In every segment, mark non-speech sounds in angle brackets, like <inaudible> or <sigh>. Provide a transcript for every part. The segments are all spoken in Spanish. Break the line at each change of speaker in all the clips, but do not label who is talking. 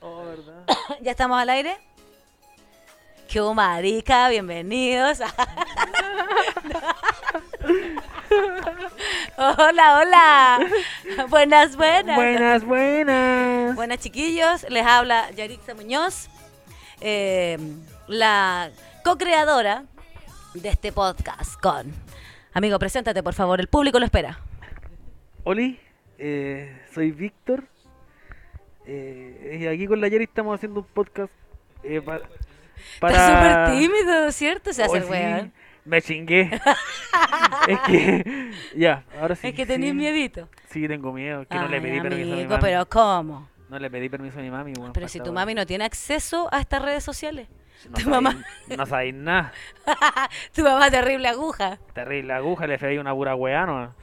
<laughs> ¿Ya estamos al aire? ¡Qué hubo, marica! Bienvenidos. <laughs> hola, hola. Buenas, <coughs> buenas.
Buenas, buenas.
Buenas, chiquillos. Les habla Yarixa Muñoz, eh, la co-creadora de este podcast con... Amigo, preséntate, por favor. El público lo espera.
Oli, eh, soy Víctor. Eh, y aquí con la Yari estamos haciendo un podcast eh, pa-
Está
para...
súper tímido, ¿cierto? Se hace
Hoy
el
sí,
weón.
Me chingué.
<laughs>
es que... Ya, ahora sí.
es que tenés
sí,
miedito.
Sí, tengo miedo. es Que no le
Ay,
pedí permiso a mi
amigo,
mami.
pero ¿cómo?
No le pedí permiso a mi mami, weón,
Pero
pa
si
esta
tu
weá.
mami no tiene acceso a estas redes sociales. <laughs>
No
tu
sabéis-
mamá.
No sabéis nada.
tu mamá terrible aguja. <laughs>
Terrible aguja, le pedí una pura weá, no.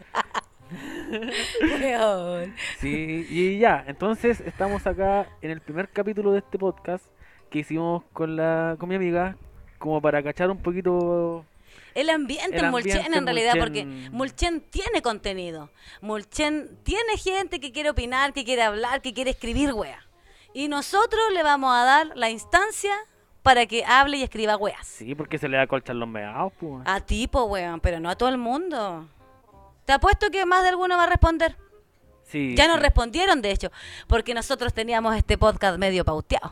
Weón.
Sí, y ya, entonces estamos acá en el primer capítulo de este podcast que hicimos con la con mi amiga como para cachar un poquito
El ambiente
El
en Mulchen,
ambiente en
en realidad, porque
Mulchen.
Mulchen tiene contenido. Mulchen tiene gente que quiere opinar, que quiere hablar, que quiere escribir, wea. Y nosotros le vamos a dar la instancia para que hable y escriba weas.
Sí, porque se le da colchar los meados, pues. weón.
A ti, po, weón, pero no a todo el mundo. Te apuesto que más de alguno va a responder.
Sí.
Ya nos
sí.
respondieron, de hecho, porque nosotros teníamos este podcast medio pauteado.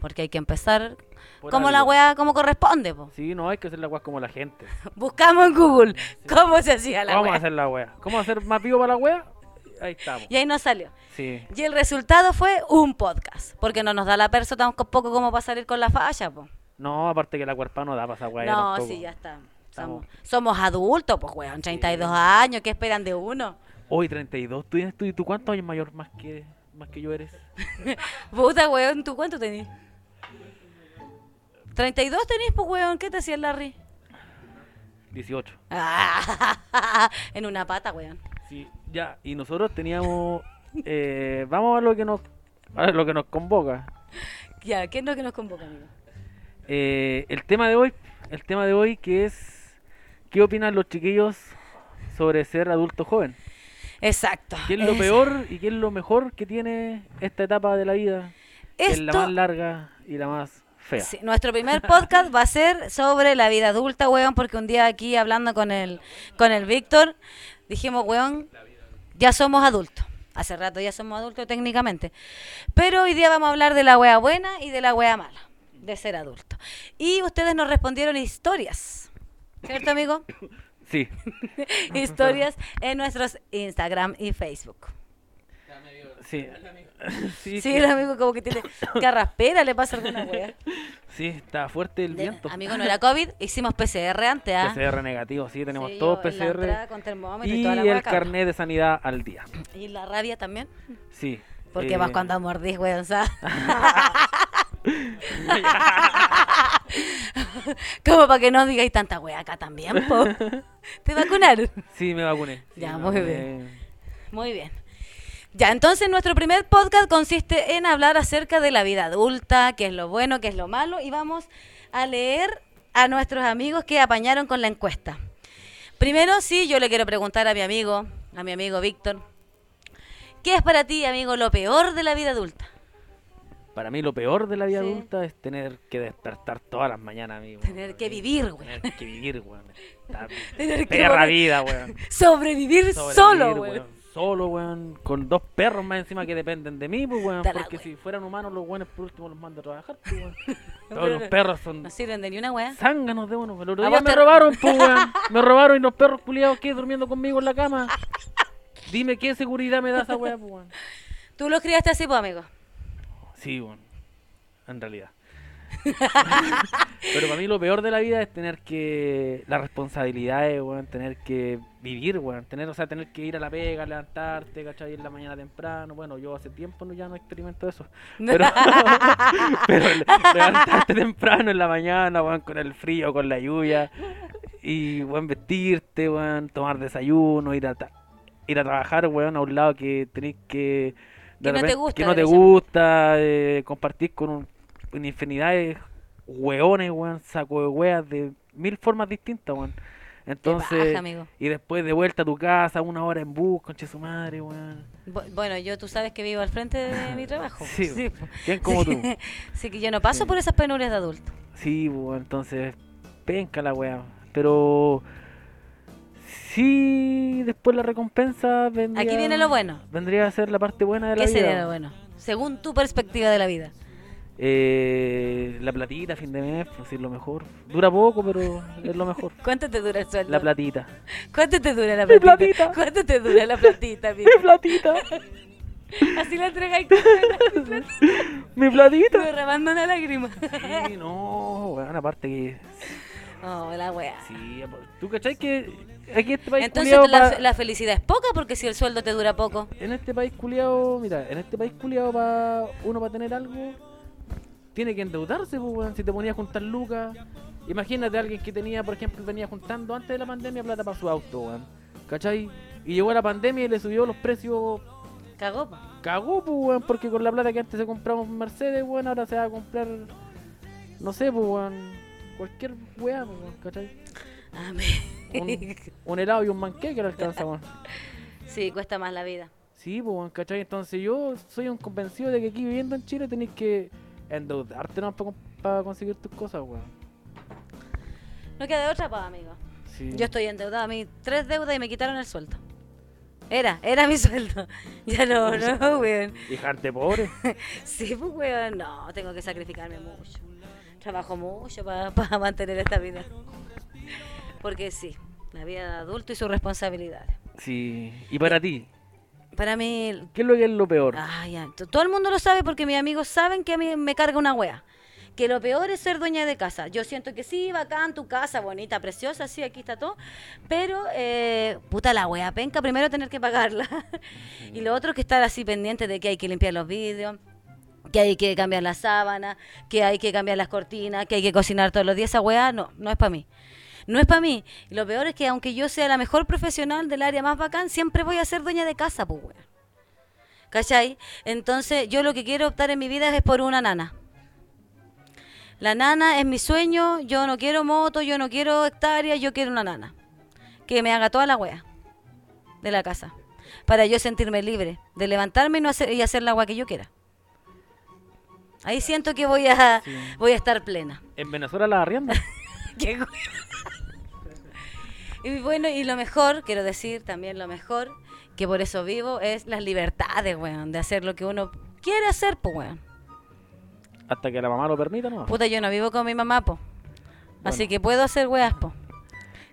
Porque hay que empezar
Por
como la
algo.
weá, como corresponde, po.
Sí, no hay que hacer la weá como la gente.
Buscamos en Google cómo se hacía <laughs> la
Vamos a
weá.
hacer la weá. ¿Cómo hacer más vivo para la weá? Ahí estamos.
Y ahí nos salió.
Sí.
Y el resultado fue un podcast, porque no nos da la perso tampoco como para salir con la falla, po.
No, aparte que la cuerpa no da para esa weá.
no,
tampoco.
sí, ya está. Somos,
Estamos-
somos adultos, pues, weón, 32 años, ¿qué esperan de uno?
Hoy 32, ¿tú, tienes- tú, ¿tú cuántos años mayor más que, más que yo eres?
Puta, weón, ¿tú cuánto tenés? 32 tenés, pues, weón, ¿qué te hacía el Larry?
18.
Ah, <laughs> en una pata, weón.
Sí, ya, y nosotros teníamos. eh, vamos a lo que nos, a lo que nos convoca.
Ya, ¿qué es lo que nos convoca, amigo?
Eh, el tema de hoy, el tema de hoy que es ¿qué opinan los chiquillos sobre ser adulto joven?
Exacto.
¿Qué es lo
Es-
peor y qué es lo mejor que tiene esta etapa de la vida? Que es la
esto-
más larga y la más fea.
Sí, nuestro primer podcast va a ser sobre la vida adulta, weón, porque un día aquí hablando con el, con el Víctor, dijimos, weón, ya somos adultos. Hace rato ya somos adultos técnicamente. Pero hoy día vamos a hablar de la wea buena y de la wea mala, de ser adulto. Y ustedes nos respondieron historias. ¿Cierto, amigo? <laughs>
Sí.
historias en nuestros Instagram y Facebook.
Sí. <laughs> Sí,
Sí, el amigo como que
<laughs>
tiene carraspera, le pasa alguna wea.
sí, está fuerte <laughs> el
De-
viento.
amigo, no era COVID, hicimos PCR antes, ¿ah?
PCR negativo, sí, tenemos
Sí,
todos
yo en la entrada
PCR
con termómetro y,
y
toda la hueá,
el
cabrón.
carnet de sanidad al día.
Y la rabia también.
Sí.
Porque
eh,
vas cuando mordís, weón, ¿sabes? <laughs> Como para que no digáis tanta weá acá también,
<laughs>
po. Te vacunaron.
<laughs> Sí, me vacuné. sí,
<laughs> Ya,
me
muy
vacuné.
Muy bien. Ya, entonces nuestro primer podcast consiste en hablar acerca de la vida adulta, qué es lo bueno, qué es lo malo, y vamos a leer a nuestros amigos que apañaron con la encuesta. Primero, sí, yo le quiero preguntar a mi amigo, a mi amigo Víctor, ¿qué es para ti, amigo, lo peor de la vida adulta?
Para mí lo peor de la vida
Sí.
adulta es tener que despertar todas las mañanas, amigo.
Tener que vivir, güey.
Tener que vivir, weón. Esta
<laughs> Tener que
perra
morir.
vida,
<laughs>
weón.
Sobrevivir,
Sobrevivir,
solo, güey.
Solo, weón. Con dos perros más encima que dependen de mí, pues, weón.
Está la
Porque
weón.
si fueran humanos, los weones por último los mando a trabajar, pues,
<laughs>
weón. Todos
Pero-
los perros son
No sirven de ni una weá.
zánganos de uno. El otro
¿A
día
vos
me
te-
robaron, pues, weón. Me robaron y los perros culiados que durmiendo conmigo en la cama. Dime qué seguridad me da esa weá, pues, weón.
Tú los criaste así, pues, amigo.
Sí, bueno, en realidad. Pero para mí lo peor de la vida es tener que las responsabilidades, weón, tener que vivir, weón, tener, o sea, tener que ir a la pega, levantarte, ¿cachai? Ir en la mañana temprano. Bueno, yo hace tiempo no, ya no experimento eso.
<laughs>
Pero, pero le- levantarte temprano en la mañana, weón, con el frío, con la lluvia. Y, weón, vestirte, weón, tomar desayuno, ir a, ta- ir a trabajar, weón, a un lado que tenés que...
Que
de
no te gusta,
que no te
derechamente.
gusta, eh, compartir con un- una infinidad de weones, weón, saco de weas de mil formas distintas, weón. Entonces,
baja, amigo.
y después de vuelta a tu casa, una hora en bus, conche su madre, weón.
Bu- Bueno, yo tú sabes que vivo al frente de
<laughs>
mi trabajo.
Sí,
po.
bien como
Así <laughs>
tú.
que- Así que yo no paso
Sí.
por esas penurias de adulto.
Sí, pues, entonces, penca la weá. Pero sí, después la recompensa vendría,
Aquí viene lo bueno.
vendría a ser la parte buena de la
¿Qué
vida.
sería lo bueno? Según tu perspectiva de la vida.
Eh, la platita, fin de mes, pues es lo mejor. Dura poco, pero es lo
<laughs>
mejor.
¿Cuánto te dura el sueldo?
La platita.
¿Cuánto te dura la
Mi
platita?
platita.
¿Cuánto te dura la platita,
<laughs> ¡Mi
amigo?
platita!
Así la entregáis con ganas,
¡Mi platita!
me rebando
<laughs>
una lágrima.
Sí, no, weón, aparte que.
Oh, la wea.
Sí, ap- tú cachai que aquí este país
Entonces
culiao
la,
pa-
la felicidad es poca porque si el sueldo te dura poco.
En este país culiado, mira, en este país culiado para uno para tener algo tiene que endeudarse, pues, weón. Si te ponías a juntar lucas, imagínate a alguien que tenía, por ejemplo, venía juntando antes de la pandemia plata para su auto, weón. ¿Cachai? Y llegó la pandemia y le subió los precios,
Cagó. po.
cagó, pues, weón, porque con la plata que antes se compraba un Mercedes, weón, ahora se va a comprar, no sé, pues, weón, cualquier weá, pues, weón, ¿cachai? Un,
Amén.
un helado y un manqué que le alcanza, weón.
<laughs> Sí, cuesta más la vida.
Sí, pues, weón, ¿cachai? Entonces yo soy un convencido de que aquí viviendo en Chile tenés que endeudarte nomás para conseguir tus cosas, weón.
No queda de otra, pa, amigo.
Sí.
Yo estoy endeudada, a mí tres deudas y me quitaron el sueldo. Era, era mi <laughs> sueldo. Ya no, no, weón.
Dejarte pobre.
Sí, pues, weón, no, tengo que sacrificarme mucho. Trabajo mucho <laughs> para mantener esta vida. Porque sí, la vida de adulto y sus responsabilidades.
sí. ¿Y para ti?
Para mí,
¿Qué es lo que es lo peor?
ay, Ah, ya, to- todo el mundo lo sabe porque mis amigos saben que a mí me carga una wea. Que lo peor es ser dueña de casa. Yo siento que sí, bacán, tu casa, bonita, preciosa, sí, aquí está todo. Pero, eh, puta la wea, penca, primero tener que pagarla. <laughs> y lo otro que estar así pendiente de que hay que limpiar los vídeos, que hay que cambiar la sábana, que hay que cambiar las cortinas, que hay que cocinar todos los días. Esa weá no, no es para mí. No es para mí. Y Lo peor es que aunque yo sea la mejor profesional del área más bacán, siempre voy a ser dueña de casa, pues weá. ¿Cachai? Entonces yo lo que quiero optar en mi vida es por una nana. La nana es mi sueño, yo no quiero moto, yo no quiero hectáreas, yo quiero una nana. Que me haga toda la wea de la casa. Para yo sentirme libre de levantarme y, no hacer, y hacer la wea que yo quiera. Ahí siento que voy a,
Sí.
voy a estar plena.
¿En Venezuela la arrienda?
<laughs> Qué hue- y bueno, y lo mejor, quiero decir también lo mejor, que por eso vivo, es las libertades, weón, de hacer lo que uno quiere hacer, pues, weón.
Hasta que la mamá lo permita, ¿no?
Puta, yo no vivo con mi mamá, po. Así que puedo hacer weas, po.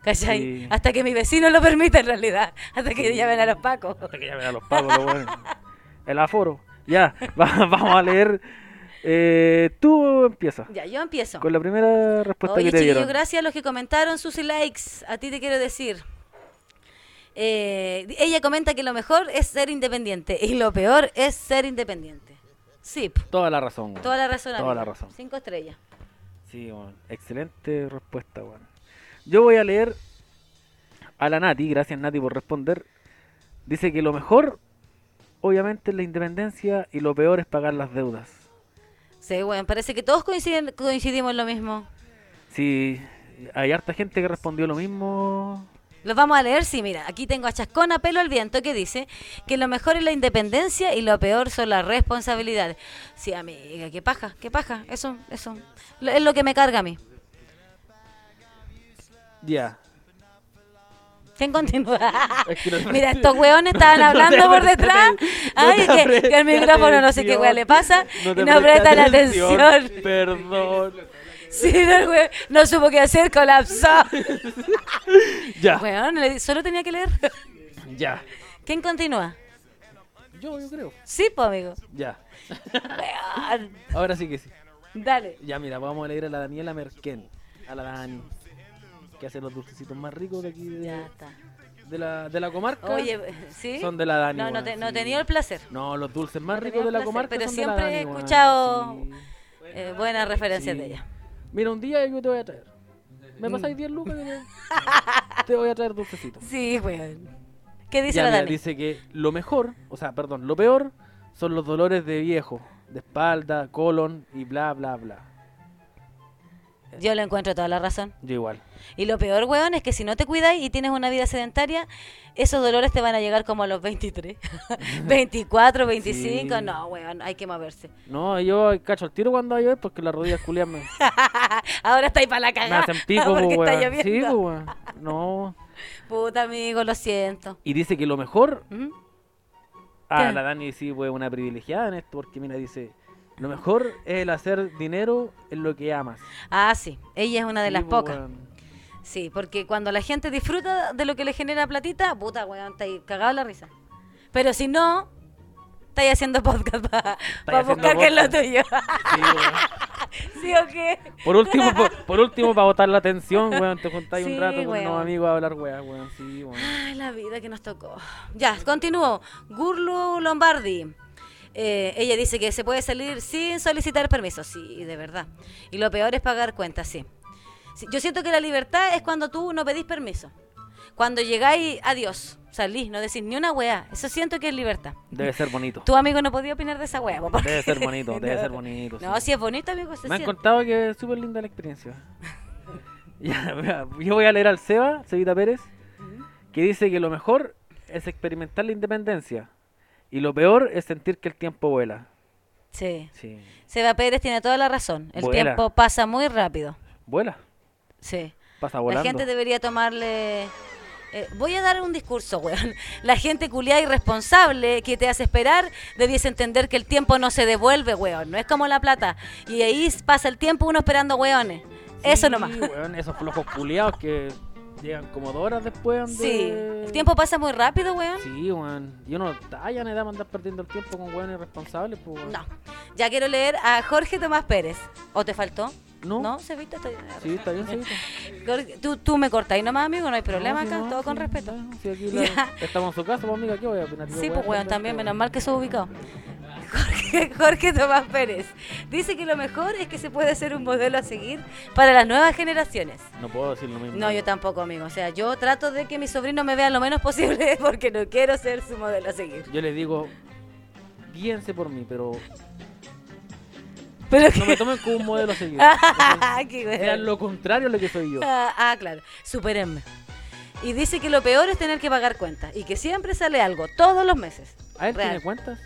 ¿Cachai?
Sí.
Hasta que mi vecino lo permita, en realidad. Hasta que llamen a los pacos.
Hasta que ya me da los pagos, lo bueno. El aforo. Ya, <laughs> va- vamos a leer. Eh, tú empiezas.
Ya, yo empiezo.
Con la primera respuesta
Oye,
que te
chiquillo,
dieron.
gracias a los que comentaron sus likes. A ti te quiero decir. Eh, ella comenta que lo mejor es ser independiente y lo peor es ser independiente. Sí, p-
Toda la razón, weón.
toda la razón.
Toda
amigo.
la razón.
Cinco estrellas.
Sí, weón. Excelente respuesta, weón. Yo voy a leer a la Nati, gracias Nati por responder. Dice que lo mejor, obviamente, es la independencia y lo peor es pagar las deudas.
Sí, bueno, parece que todos coinciden, coincidimos en lo mismo.
Sí, hay harta gente que respondió lo mismo.
Los vamos a leer, sí, mira, aquí tengo a Chascona Pelo al Viento que dice que lo mejor es la independencia y lo peor son las responsabilidades. Sí, amiga, qué paja, qué paja, eso, eso, lo- es lo que me carga a mí.
Ya. <laughs>
¿Quién continúa?
Es que no- <laughs>
Mira, estos hueones estaban
no te
hablando por
prestes-
detrás.
no
Ay,
te
que, que el
prestes
micrófono no sé qué
atención,
hueá le pasa y
te
no presta
presté
la atención. <laughs>
Perdón.
Sí, no, el hue- no supo qué hacer, colapsó.
Ya,
Hueón, le- solo tenía que leer.
ya.
¿Quién continúa?
Yo, yo creo.
Sí, pues, amigo.
Ya.
Hueón.
Ahora sí que sí.
Dale.
Ya, mira, vamos a leer a la Daniela Merkel, a la Dani, que hace los dulcecitos más ricos de aquí de,
Ya está.
de la, de la comarca.
Oye, <laughs> ¿sí?
son de la Dani.
no, no,
weón,
te- no he
sí.
tenido el placer.
No, los dulces más
no he
ricos
tenido
de la
placer,
comarca
pero
son de la
siempre he
Dani, weón,
escuchado
sí,
Eh, buenas referencias
sí.
de ella.
Mira, un día yo te voy a traer. ¿Me
Mm.
pasáis 10 lucas?
<laughs>
que te- te voy a traer dulcecitos.
Sí, weón. ¿Qué dice
Ya,
la
mira,
Dani?
dice que lo mejor, o sea, perdón, lo peor son los dolores de viejo, de espalda, colon y bla, bla, bla.
Yo le encuentro toda la razón.
Yo igual.
Y lo peor, weón, es que si no te cuidas y tienes una vida sedentaria, esos dolores te van a llegar como a los <laughs> 23, 24, 25.
Sí.
No, weón, hay que moverse. <laughs>
No, yo cacho el tiro cuando va a llover porque las rodillas culias me,
Ahora estáis para la
me
cagada.
hacen pico, po,
<laughs> porque está
weón. Sí,
lloviendo.
po, weón. No.
Puta, amigo, lo siento.
Y dice que lo mejor.
¿Mm?
Ah,
¿Qué?
la Dani sí fue una privilegiada en esto porque, mira, dice. Lo mejor es el hacer dinero en lo que amas.
Ah, sí, ella es una de
Sí,
las
po,
pocas.
weón.
Sí, porque cuando la gente disfruta de lo que le genera platita, puta, weón, estáis cagado la risa. Pero si no, estáis haciendo podcast para
haciendo
buscar que es lo
podcast.
tuyo.
Sí,
<laughs>
weón.
¿Sí o qué?
Por último, por, por último, para botar la atención, weón, te juntáis
Sí,
un rato con
weón.
unos amigos a hablar, weón, weón, sí, weón.
Ay, la vida que nos tocó. Ya, continúo. Gurlu Lombardi. Eh, ella dice que se puede salir sin solicitar permiso, sí, de verdad. Y lo peor es pagar cuentas, sí. Sí, Yo siento que la libertad es cuando tú no pedís permiso. Cuando llegáis, adiós, salís, no decís ni una weá. Eso siento que es libertad.
Debe ser bonito.
Tu amigo no podía opinar de esa weá. po, porque-
Debe
<laughs>
ser bonito, debe
No.
ser bonito. sí.
No, si es bonito, amigo, se
Me han
siente.
contado que es súper linda la
<laughs>
experiencia. Ya, mira, yo voy a leer al Seba, Sebita Pérez, que dice que lo mejor es experimentar la independencia y lo peor es sentir que el tiempo vuela.
Sí.
Sí,
Seba Pérez tiene toda la razón. El
Vuela.
tiempo pasa muy rápido.
vuela,
Sí.
pasa volando.
La gente debería tomarle... eh, voy a dar un discurso, weón. La gente culiada irresponsable que te hace esperar debiese entender que el tiempo no se devuelve, weón. No es como la plata. Y ahí pasa el tiempo uno esperando weones. Eso
Sí,
nomás.
weón, esos flojos culiados que llegan como dos horas después. donde-
Sí. El tiempo pasa muy rápido, weón.
Sí, weón. Y uno está ya en edad para andar perdiendo el tiempo con weones irresponsables, pues, weón.
No. Ya quiero leer a Jorge Tomás Pérez. ¿O te faltó?
No.
¿No? ¿Se viste?
Sí, está bien, Sebita.
Jorge, Tú, tú me cortáis nomás, amigo, no hay problema
No, sí,
acá,
no,
todo
sí,
con respeto.
no, sí, aquí la-
<laughs> Ya.
Estamos en su casa, pues, amiga, ¿qué voy a opinar? Yo,
Sí, pues weón, también,
weón.
menos mal que sos ubicado. <laughs> Jorge, Jorge Tomás Pérez dice que lo mejor es que se puede ser un modelo a seguir para las nuevas generaciones.
No puedo decir lo mismo.
No, yo tampoco, amigo. O sea, yo trato de que mis sobrinos me vean lo menos posible <laughs> porque no quiero ser su modelo a seguir.
Yo les digo, guíense por mí, pero
Pero
no
que... <laughs>
me tomen como un modelo a seguir.
Ah, qué weón.
Sean lo contrario a lo que soy yo.
Ah, ah, claro. Superenme. Y dice que lo peor es tener que pagar cuentas y que siempre sale algo, todos los meses. <laughs>
A ver, ¿tiene
Real.
cuentas?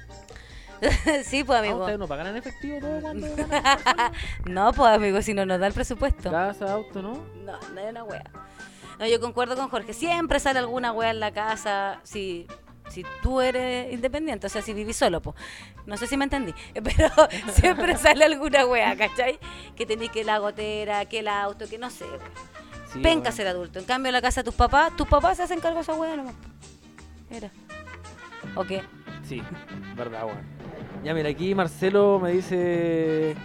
sí, pues,
Ah,
amigo.
¿Ustedes no pagan en efectivo todo
<laughs>
cuando ganan?
no, pues, amigo, si no nos da el presupuesto.
Casa, auto, ¿no?
No, no hay una wea. No, yo concuerdo con Jorge. Siempre sale alguna wea en la casa si, si tú eres independiente, o sea, si vivís solo, po. No sé si me entendí, <laughs> pero siempre sale alguna wea, ¿cachai? Que tenés que la gotera, que el auto, que no sé.
Sí,
Penca
weón.
ser adulto. En cambio, en la casa de tus papás, tus papás se hacen cargo de esa wea nomás. po. Era. ¿O qué?
Sí, verdad, weón. Ya, mira, aquí Marcelo me dice.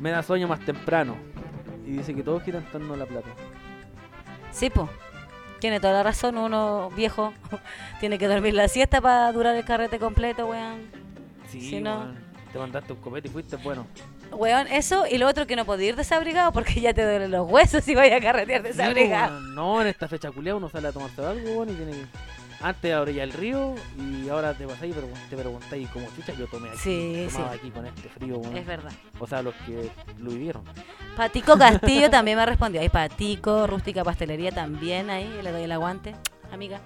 Me da sueño más temprano. Y dice que todos quieren en torno a la plata.
Sí, po. Tiene toda la razón, uno viejo <laughs> tiene que dormir la siesta para durar el carrete completo, weón.
Sí,
Si no-
weón. Te mandaste un copete y fuiste bueno.
Weón, eso y lo otro que no podía ir desabrigado porque ya te duelen los huesos si vayas a carretear <laughs>
Sí,
desabrigado.
weón. No, en esta fecha culiada uno sale a tomarse algo, weón, y tiene que... Antes de orilla el río y ahora te pasáis y pregun- te preguntáis cómo chucha yo tomé aquí.
Sí,
tomaba
sí.
aquí con este frío, weón.
Es verdad.
O sea, los que lo vivieron.
Patico Castillo también me respondió. Ay, Patico, Rústica Pastelería también ahí, le doy el aguante, amiga.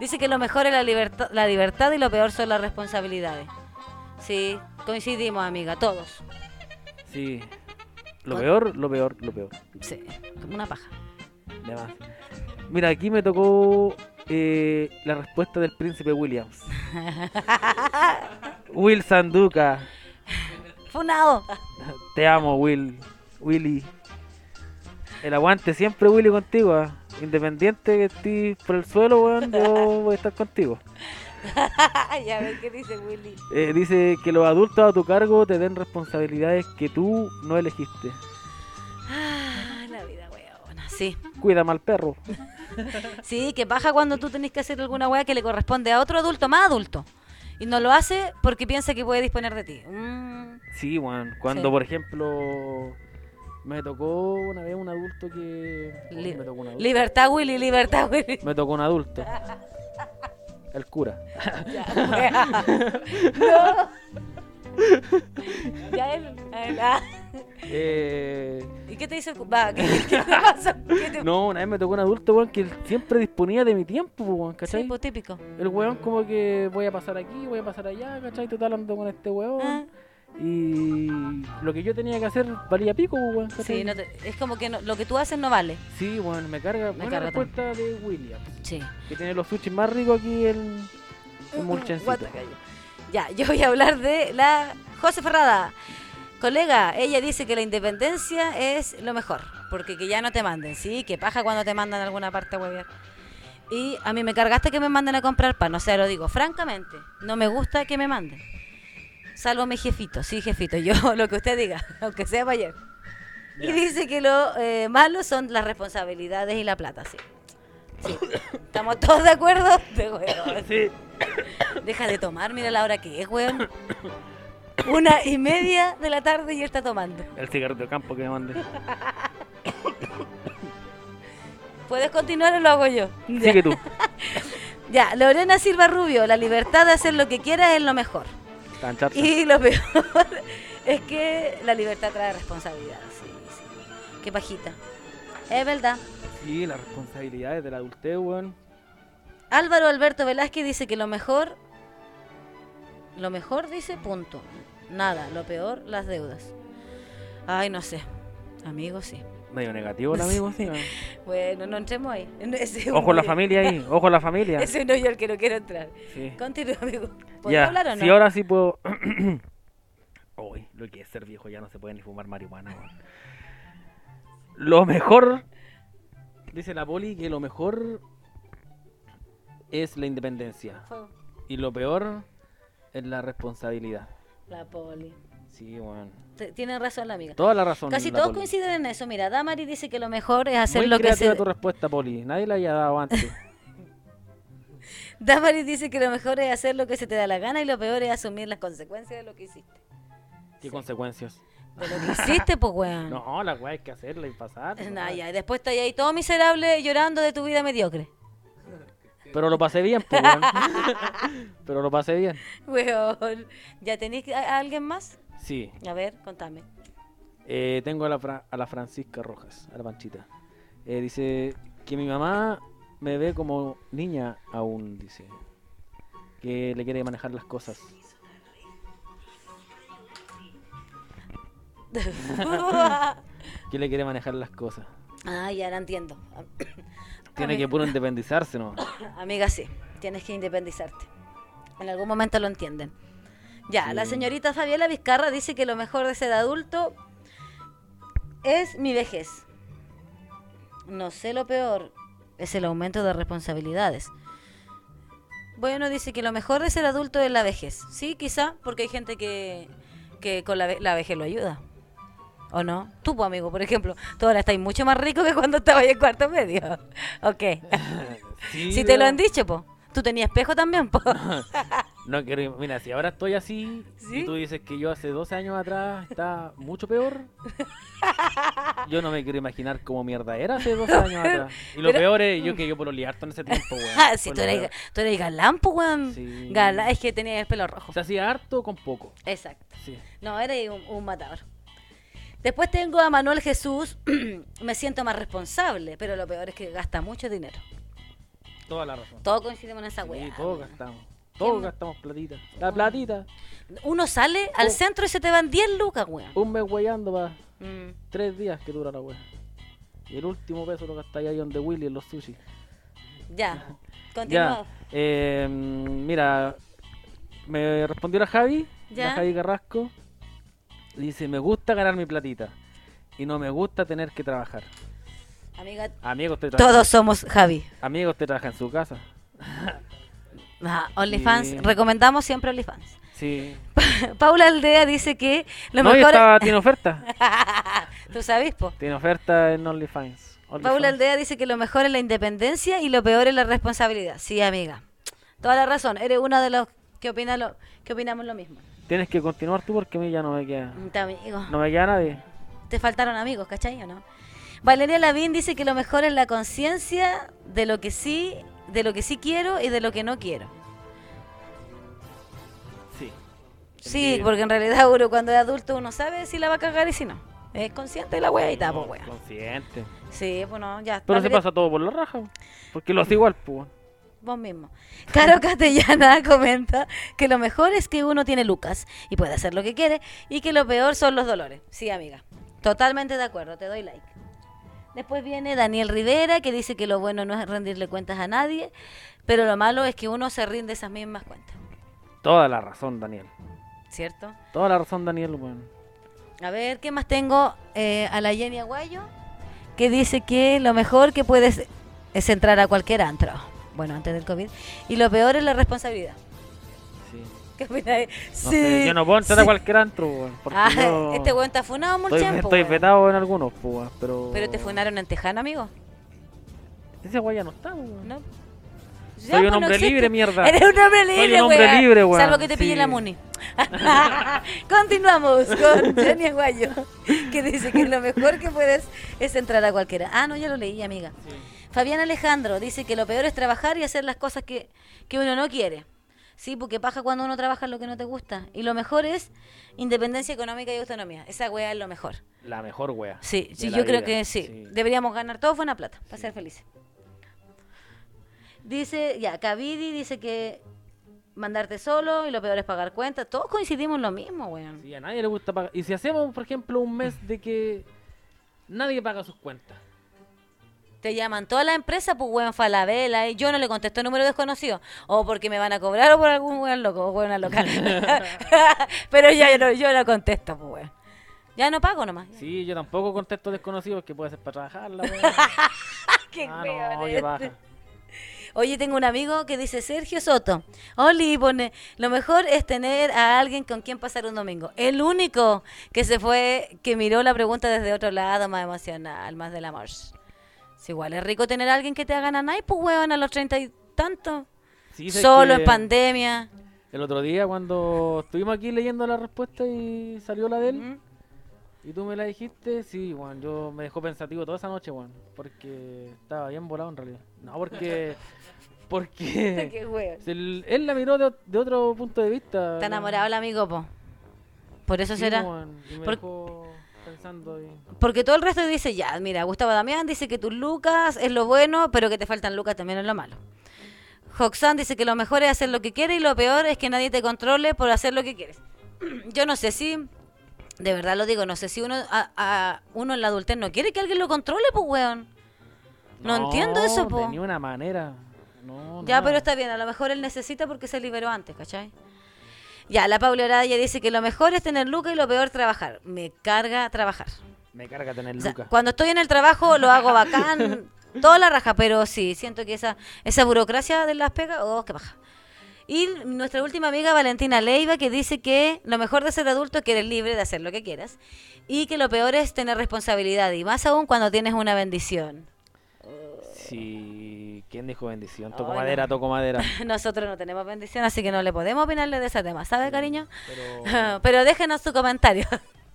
Dice que lo mejor es la libertad, la libertad y lo peor son las responsabilidades. Sí, coincidimos, amiga, todos.
Sí. Lo
Con-
peor, lo peor, lo peor.
Sí, como una paja.
De más. Mira, aquí me tocó eh, la respuesta del príncipe
<laughs>
Williams. Will Sanduca.
Funado. <laughs>
Te amo, Will. Willy. El aguante siempre, Willy, contigo. ah. Independiente que estés por el suelo, weón, yo voy a estar contigo.
ya ves qué dice Willy.
Eh, dice que los adultos a tu cargo te den responsabilidades que tú no elegiste.
Ah, la vida, weona. Sí.
Cuida mal perro.
Sí, que baja cuando tú tenés que hacer alguna weá que le corresponde a otro adulto más adulto. Y no lo hace porque piensa que puede disponer de ti. Mm,
Sí, weón. Cuando,
Sí.
por ejemplo, me tocó una vez un adulto que. Uy,
li-
me tocó un adulto.
libertad, Willy, libertad, Willy. <laughs>
Me tocó un adulto. El cura.
Ya, weá. No. Ya él. a él, ah.
Eh,
¿Y ¿Y qué te dice el cu- va, ¿qué,
<laughs>
qué te pasa? ¿Qué <laughs> te-
No, una vez me tocó un adulto, weón, que siempre disponía de mi tiempo, weón, ¿cachai?
Sí, pues, típico.
El weón como que voy a pasar aquí, voy a pasar allá, ¿cachai? Total ando con este weón.
Ah,
Y lo que yo tenía que hacer valía pico, pues, weón. ¿cachai?
sí, no te- es como que no- lo que tú haces no vale.
Sí, weón, me carga.
Me
Buena
carga
respuesta de William,
Sí.
que tiene los sushis más ricos aquí en, en Mulchencito.
Guatacaya. Ya, <laughs> yo voy a hablar de la José Ferrada. Colega, ella dice que la independencia es lo mejor, porque que ya no te manden, ¿sí? Que paja cuando te mandan a alguna parte a huevear. Y a mí me cargaste que me manden a comprar pan, o sea, lo digo francamente, no me gusta que me manden. Salvo mi jefito, sí, jefito, <laughs> yo lo que usted diga, aunque sea para ayer. Y
Ya.
dice que lo eh, malo son las responsabilidades y la plata, sí.
<coughs>
Sí. ¿Estamos todos de acuerdo? De acuerdo.
Sí,
Deja de tomar, mira la hora que es, weón. Una y media de la tarde y él está tomando.
el cigarro de campo que me
<laughs>
mande.
¿Puedes continuar o lo hago yo?
Sí
Ya.
que tú.
Ya, Lorena Silva Rubio, la libertad de hacer lo que quieras es lo mejor.
Tan charcha.
Y lo peor <laughs> es que la libertad trae responsabilidad. Sí, sí. Qué pajita. Es verdad.
Sí, las responsabilidades de la adultez, weón.
Álvaro Alberto Velázquez dice que lo mejor. Lo mejor dice punto. Nada. Lo peor, las deudas. Ay, no sé. Amigo, sí.
Medio negativo el
<laughs>
amigo, sí. weón.
Bueno, no entremos ahí. <laughs> Ese
Ojo la
uno-
familia ahí, ojo la
<laughs>
familia.
Ese no yo al que no quiero entrar.
Sí.
Continúa, amigo. ¿Puedo
Ya,
hablar o no?
sí, ahora sí puedo. <clears throat> Uy, lo que es ser viejo, ya no se puede ni fumar marihuana. weón. Lo mejor, dice la poli, que lo mejor es la independencia.
Fue
Y lo peor es la responsabilidad.
La poli.
Sí, bueno.
T- Tiene razón la amiga.
Toda la razón.
Casi
la
todos
poli.
coinciden en eso. Mira, Damari dice que lo mejor es hacer
Muy
lo que
creativa
se...
tu respuesta, poli. Nadie la haya dado antes.
<laughs> Damari dice que lo mejor es hacer lo que se te da la gana y lo peor es asumir las consecuencias de lo que hiciste.
¿Qué consecuencias?
De lo que
<laughs>
hiciste, pues, weón.
No, la weá hay que hacerla y pasar.
Eh,
no,
<laughs> nah,
weón.
ya, y Después estás ahí todo miserable llorando de tu vida mediocre. <laughs>
Pero lo pasé bien, pues, weón.
<laughs>
Pero lo pasé bien.
Weón. ¿Ya tenéis a, a alguien más?
Sí.
A ver,
<laughs>
contame. <laughs>
Eh, tengo a la, Fra- a la Francisca Rojas, a la panchita. Eh, dice que mi mamá me ve como niña aún, dice. Que le quiere manejar las cosas. Que le quiere manejar las cosas.
Ah, ya la entiendo.
Tiene que
Amiga.
puro independizarse, ¿no?
<coughs> Amiga, sí, tienes que independizarte. En algún momento lo entienden. Ya, la
Sí.
señorita Fabiola Vizcarra dice que lo mejor de ser adulto es mi vejez. No sé lo peor, es el aumento de responsabilidades. Bueno, dice que lo mejor de ser adulto es la vejez. Sí, quizá, porque hay gente que, que con la, ve- la vejez lo ayuda. ¿O no? Tú, pues, amigo, por ejemplo, tú ahora estás mucho más rico que cuando estabas en cuarto medio. <laughs> Ok.
<laughs> Sí,
Si te lo
pero-
han dicho, po. Tú tenías espejo también,
<laughs>
po. Ah,
No quiero. Mira, si ahora estoy así
¿Sí?
y tú dices que yo hace 12 años atrás está mucho peor. Yo no me quiero imaginar cómo mierda era hace 12
<laughs>
años atrás. Y lo
Pero-
peor es yo que yo por harto en ese tiempo, weón.
<laughs> Ah, sí,
Fue
tú
lo
eres,
peor.
tú eres galán, po, weón.
Sí.
Galán, es que tenías el pelo rojo.
Se hacía harto con poco.
Exacto.
Sí.
No, eres un, un matador. Después tengo a Manuel Jesús. <clears throat> Me siento más responsable, pero lo peor es que gasta mucho dinero.
Toda la razón.
Todo coincidimos en esa
Sí,
weá.
todos
weón.
gastamos.
¿Quién-
Todos gastamos platita. La platita.
Uno sale al
Oh.
centro y se te van 10 lucas, weón.
Un mes guayando para
Mm.
tres días que dura la wea. Y el último peso lo gastáis ahí donde Willy en los sushi.
Ya.
Ya.
Continúa.
eh, mira, me respondió la Javi,
Ya.
la Javi Carrasco. y Dice, me gusta ganar mi platita. Y no me gusta tener que trabajar.
Amiga,
Amigo, usted trabaja,
todos somos Javi.
amigo, usted trabaja en su casa.
Ajá, Ah, OnlyFans.
Sí.
Recomendamos siempre OnlyFans. <laughs>
Sí.
Paula Aldea dice que lo
no, y
mejor.
estaba- tiene
<laughs>
oferta.
Tú sabes, po.
Tiene oferta en OnlyFans.
Paula
OnlyFans.
Aldea dice que lo mejor es la independencia y lo peor es la responsabilidad. Sí, amiga. Toda la razón. Eres una de los que, opina lo, que opinamos lo mismo.
Tienes que continuar tú porque a mí ya no me queda.
Mm, Te, amigo.
No me queda nadie.
Te faltaron amigos, ¿cachai o no? Valeria Lavín dice que lo mejor es la conciencia de lo que sí, de lo que sí quiero y de lo que no quiero.
Sí.
Sí,
Entendido.
porque en realidad uno cuando es adulto uno sabe si la va a cagar y si no. Es consciente de la weita,
No,
pues weón.
Consciente.
Sí, bueno, ya.
Pero se
Valere-
pasa todo por la raja, weón. porque lo hace igual, pues. weón.
Vos mismo. Caro <laughs> Castellana comenta que lo mejor es que uno tiene Lucas y puede hacer lo que quiere y que lo peor son los dolores. Sí, amiga. Totalmente de acuerdo, te doy like. Después viene Daniel Rivera que dice que lo bueno no es rendirle cuentas a nadie, pero lo malo es que uno se rinde esas mismas cuentas,
Toda la razón, Daniel.
¿cierto?
Toda la razón, Daniel, weón.
A ver, ¿qué más tengo? Eh, a la Jenny Aguayo que dice que lo mejor que puedes es entrar a cualquier antro, bueno, antes del COVID, y lo peor es la responsabilidad.
Sí.
¿Qué opináis?
No sé, yo no puedo entrar a cualquier antro, weón. Porque
Ah,
yo
este weón está funado por
estoy,
tiempo.
estoy
weón.
vetado en algunos, pues, weón, pero.
Pero este te funaron en Tejano, amigo.
Ese weón ya no está, pues, weón.
¿No?
Soy
Ya,
un
pues, no
hombre
existe.
libre, mierda.
Eres un hombre
Soy
libre,
un hombre
weón.
libre, weón,
Salvo que te pille
sí.
la Muni. <laughs>
<laughs>
Continuamos con Jenny Aguayo, que dice que lo mejor que puedes es entrar a cualquiera. Ah, no, ya lo leí, amiga. Fabián Alejandro dice que lo peor es trabajar y hacer las cosas que, que uno no quiere. Sí, porque paja cuando uno trabaja en lo que no te gusta. Y lo mejor es independencia económica y autonomía. Esa weá es lo mejor.
La mejor wea.
Sí,
de
sí
la
yo creo
vida,
que sí. Deberíamos ganar todos buena plata para ser felices. Dice, ya, Cavidi dice que mandarte solo y lo peor es pagar cuentas. Todos coincidimos en lo mismo, weón.
Sí, a nadie le gusta pagar. Y si hacemos, por ejemplo, un mes de que nadie paga sus cuentas.
Te llaman toda la empresa, pues weón, Falabella, y yo no le contesto número desconocido. O porque me van a cobrar o por algún weón loco o
<laughs>
weón local. <laughs> Pero ya no, yo no contesto, pues weón. Ya no pago nomás.
Sí, yo tampoco contesto desconocidos que puede ser para trabajarla. weón.
<laughs> Qué
ah,
weón
no, qué
este.
baja.
Oye, tengo un amigo que dice Sergio Soto. Oli, pone, lo mejor es tener a alguien con quien pasar un domingo. El único que se fue, que miró la pregunta desde otro lado, más emocional, más del amor. Si igual es rico tener a alguien que te haga nanay, pues weón, a los treinta y tantos.
Sí, sé
Solo
que
en pandemia.
El otro día, cuando estuvimos aquí leyendo la respuesta y salió la de él,
¿Mm?
y tú me la dijiste, sí, Juan, yo me dejó pensativo toda esa noche, Juan, porque estaba bien volado en realidad. No, porque.
<laughs>
Porque.
Qué
<laughs>
weón.
se- él la miró de, de otro punto de vista.
Está
¿no?
enamorado el amigo, po. Por eso
Sí,
será.
weón, y me
Por-
dejó pensando y-
Porque todo el resto dice, ya, mira, Gustavo Damián dice que tus lucas es lo bueno, pero que te faltan lucas también es lo malo. Hoxan dice que lo mejor es hacer lo que quieres y lo peor es que nadie te controle por hacer lo que quieres. <clears throat> Yo no sé si, de verdad lo digo, no sé si uno, a, a- uno en la adultez no quiere que alguien lo controle, pues, weón. No, entiendo eso, po.
De ni una manera. No,
Ya,
nada.
pero está bien, a lo mejor él necesita porque se liberó antes, ¿cachai? Ya, la Paula Araya dice que lo mejor es tener lucas y lo peor trabajar. Me carga trabajar.
Me carga tener
O sea,
lucas.
cuando estoy en el trabajo lo
<laughs>
hago bacán, toda la raja, pero sí, siento que esa, esa burocracia de las pegas, oh, qué baja. Y nuestra última amiga Valentina Leiva que dice que lo mejor de ser adulto es que eres libre de hacer lo que quieras y que lo peor es tener responsabilidad y más aún cuando tienes una bendición. <laughs>
Sí. ¿Quién dijo bendición?
Ay,
Toco
no.
madera, toco
<laughs>
madera.
Nosotros no tenemos bendición, así que no le podemos opinarle de ese tema, ¿sabe, cariño?
Pero,
<laughs> Pero déjenos
<laughs>
su comentario.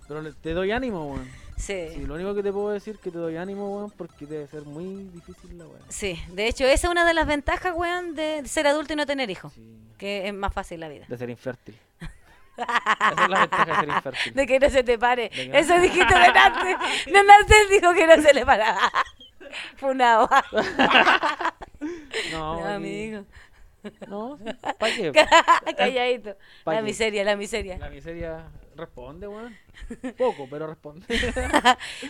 pero
<laughs>
le- te doy ánimo, weón. Sí,
Sí.
lo único que te puedo decir es que te doy ánimo, weón, porque debe ser muy difícil la weón.
Sí, de hecho, esa es una de las ventajas, weón, de ser adulto y no tener hijos, que es más fácil la vida.
De ser
<laughs>
infértil. Esa es la ventaja de ser infértil.
De que no se te pare.
De que-
Eso dijiste de
<laughs>
Nantes. De Nantes dijo que no se le paraba. <laughs> Funado.
No,
No,
weón, y-
amigo.
No, ¿para qué?
<laughs> Calladito.
Pa'
La
qué.
miseria, la miseria.
La miseria responde, weón. Poco, pero
<laughs>
responde.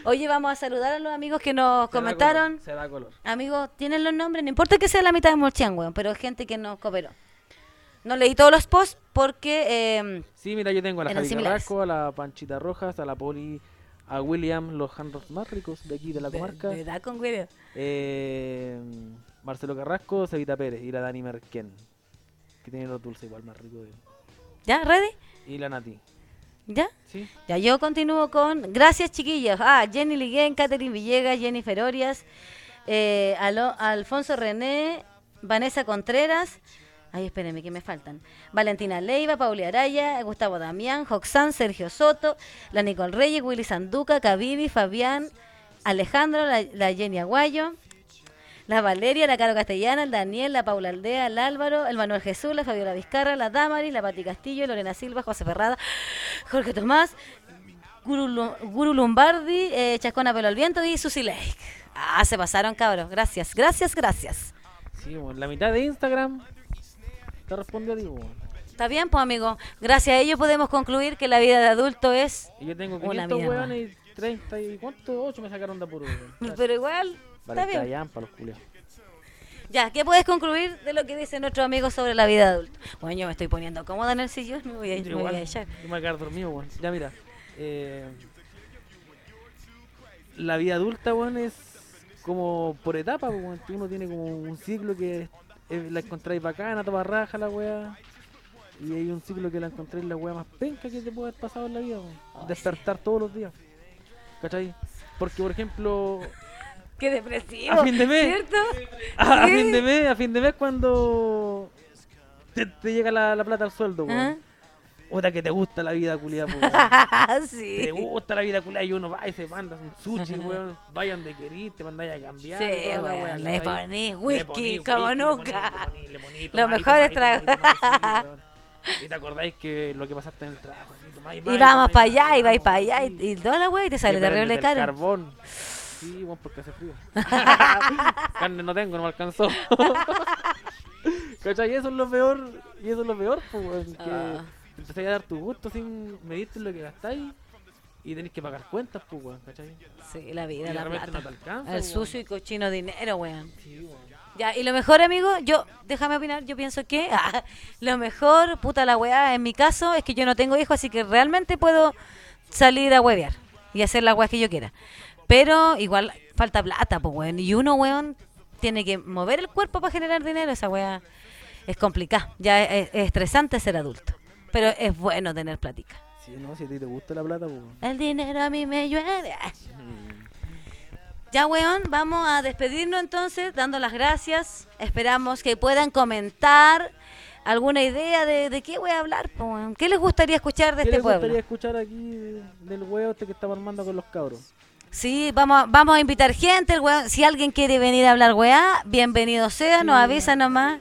Oye, vamos a saludar a los amigos que nos comentaron.
Se da color.
Amigos, tienen los nombres. No importa que sea la mitad de Molchan, weón, pero es gente que nos cooperó. No leí todos los posts porque. eh,
Sí, mira, yo tengo a la
Eran
Javi
similares.
Carrasco, a la Panchita Rojas, a la Poli, a William, los handros más ricos de aquí de la
de-
comarca.
de edad con cuidado.
Eh, Marcelo Carrasco, Cevita Pérez y la Dani Merquén, que tiene los dulces igual más ricos. de-
¿Ya? ¿Ready?
Y la Nati.
¿Ya?
Sí.
Ya, yo continúo con. Gracias, chiquillos. Ah, Jenny Liguen, Catherine Villegas, Jennifer Orias, eh, Alo- Alfonso René, Vanessa Contreras. Ay, espérenme, que me faltan. Valentina Leiva, Pauli Araya, Gustavo Damián, Joxán, Sergio Soto, la Nicole Reyes, Willy Sanduca, Cabibi, Fabián, Alejandro, la, la Jenny Aguayo, la Valeria, la Caro Castellana, el Daniel, la Paula Aldea, el Álvaro, el Manuel Jesús, la Fabiola Vizcarra, la Damaris, la Pati Castillo, Lorena Silva, José Ferrada, Jorge Tomás, Guru, Lu- Guru Lombardi, eh, Chascona Pelo al Viento y Susi Lake. Ah, se pasaron, cabros. Gracias, gracias, gracias.
Sí, weón, la mitad de Instagram te respondió a ti, weón.
Está bien, pues, amigo. Gracias a ello podemos concluir que la vida de adulto es...
Y yo tengo
Una
500
mierda.
weones y 30 y ¿cuánto? 8 me sacaron de apuro,
<laughs>
weón.
Pero igual, está
Vale,
bien.
callan para los culiados.
Ya, ¿qué puedes concluir de lo que dice nuestro amigo sobre la vida adulta? Bueno, yo me estoy poniendo cómoda en el sillón, me voy a, me voy a echar.
yo me voy a quedar dormido, weón. Ya mira. eh, la vida adulta, weón, es como por etapa, weón. Tú Uno tiene como un ciclo que eh, la encontráis bacana, toda raja la weá. Y hay un ciclo que la encontráis la weá más penca que te puede haber pasado en la vida, weón.
Ay, sí.
Despertar todos los días. ¿Cachai? Porque, por ejemplo,
<laughs> Qué depresivo.
A fin de mes.
¿Cierto?
a, a
Sí.
fin de mes, a fin de mes cuando te, te llega la, la plata al sueldo, weón.
Ajá.
Puta que te gusta la vida,
<laughs>
culiada, po, weón.
Ah, sí.
Te gusta la vida culiada y uno va y se manda un sushi, weón. Vaya donde querís, te mandáis a cambiar.
Sí,
toda la
weón,
wea,
le
¿cachai?
ponís
Le
whisky
ponís
como
whisky, le
nunca.
ponís- le ponís- le ponís,
Los
tomáis,
mejores
tomáis,
tragos.
tomáis,
<laughs>
sí, weón. Y te acordáis que lo que pasaste en el trabajo. así, tomáis,
Y
vais, tomáis,
vamos para allá, y vais
vamos,
para allá,
sí.
y, y toda la wea, y te
Te
sale
prendes
terrible
el
caro.
carbón. Sí, bueno, porque hace
<laughs>
frío. Carne no tengo, no me alcanzó. ¿Cachai? Eso es lo peor. Y eso es lo peor, pues, weón, que
Ah.
te empezáis a dar tu gusto sin medirte lo que gastáis. Y tenéis que pagar cuentas, pues, weón, ¿cachai?
Sí, la
Y
vida,
de
la
repente no te
plata.
alcanza.
El
weón.
sucio y cochino dinero, weón.
Sí, weón.
Ya, y lo mejor, amigo, yo, déjame opinar, yo pienso que <laughs> ah, lo mejor, puta la weá, en mi caso, es que yo no tengo hijos, así que realmente puedo salir a huevear y hacer la weá que yo quiera. Pero igual falta plata, pues weón. Y uno, weón, tiene que mover el cuerpo para generar dinero, esa weá es complicada. Ya es, es estresante ser adulto, pero es bueno tener platica.
Sí, no, si a ti te gusta la plata, pues. weón.
El dinero a mí me llueve. Ya, weón, vamos a despedirnos entonces, dando las gracias. Esperamos que puedan comentar alguna idea de, de qué voy a hablar. po, weón. ¿Qué les gustaría escuchar de
¿Qué
este
les
pueblo?
gustaría escuchar aquí del huevo este que estaba armando con los cabros?
Sí, vamos, a- vamos a invitar gente. el weón- si alguien quiere venir a hablar, weá, bienvenido sea, nos avisa nomás.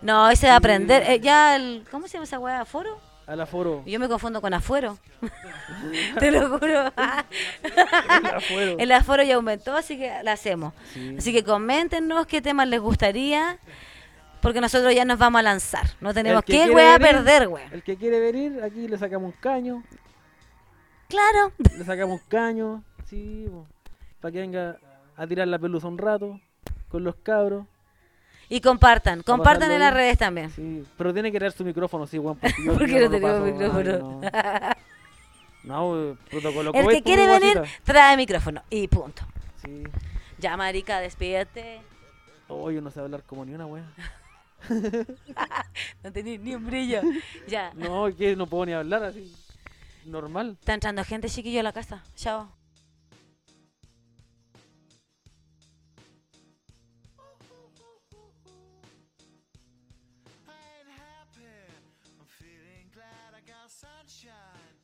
No, hoy se va a aprender. eh, ya, el, ¿cómo se llama esa weá? ¿Foro?
Al aforo.
Yo me confundo con afuero. <laughs> Te lo juro.
<laughs>
<laughs>
Al aforo.
El aforo ya aumentó, así que la hacemos.
Sí.
Así que coméntenos qué temas les gustaría, porque nosotros ya nos vamos a lanzar. No tenemos
El que
que
quiere
weá,
venir,
perder, weá.
El que quiere venir, aquí le sacamos un caño.
Claro.
Le sacamos un caño. Sí, para que venga a tirar la pelusa un rato con los cabros.
Y compartan,
pasarlo
compartan en las
bien.
redes también.
Sí, pero tiene que traer su micrófono, sí, weón. Porque
<laughs>
yo,
Porque
yo
no
lo
tenemos
paso,
micrófono.
ay,
<laughs>
No, No, eh, protocolo
El
COVID,
que
pues,
quiere venir,
guachita.
trae micrófono. Y punto.
Sí.
Ya, marica, despídete.
Oh, yo no sé hablar como ni una weón.
No tenés ni un
<laughs>
brillo. Ya.
No, es que no puedo ni hablar así. Normal.
Está entrando gente chiquillo a la casa. Chao.
I ain't happy. I'm feeling glad I got sunshine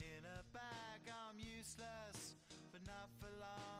in a bag. I'm useless, but not for long.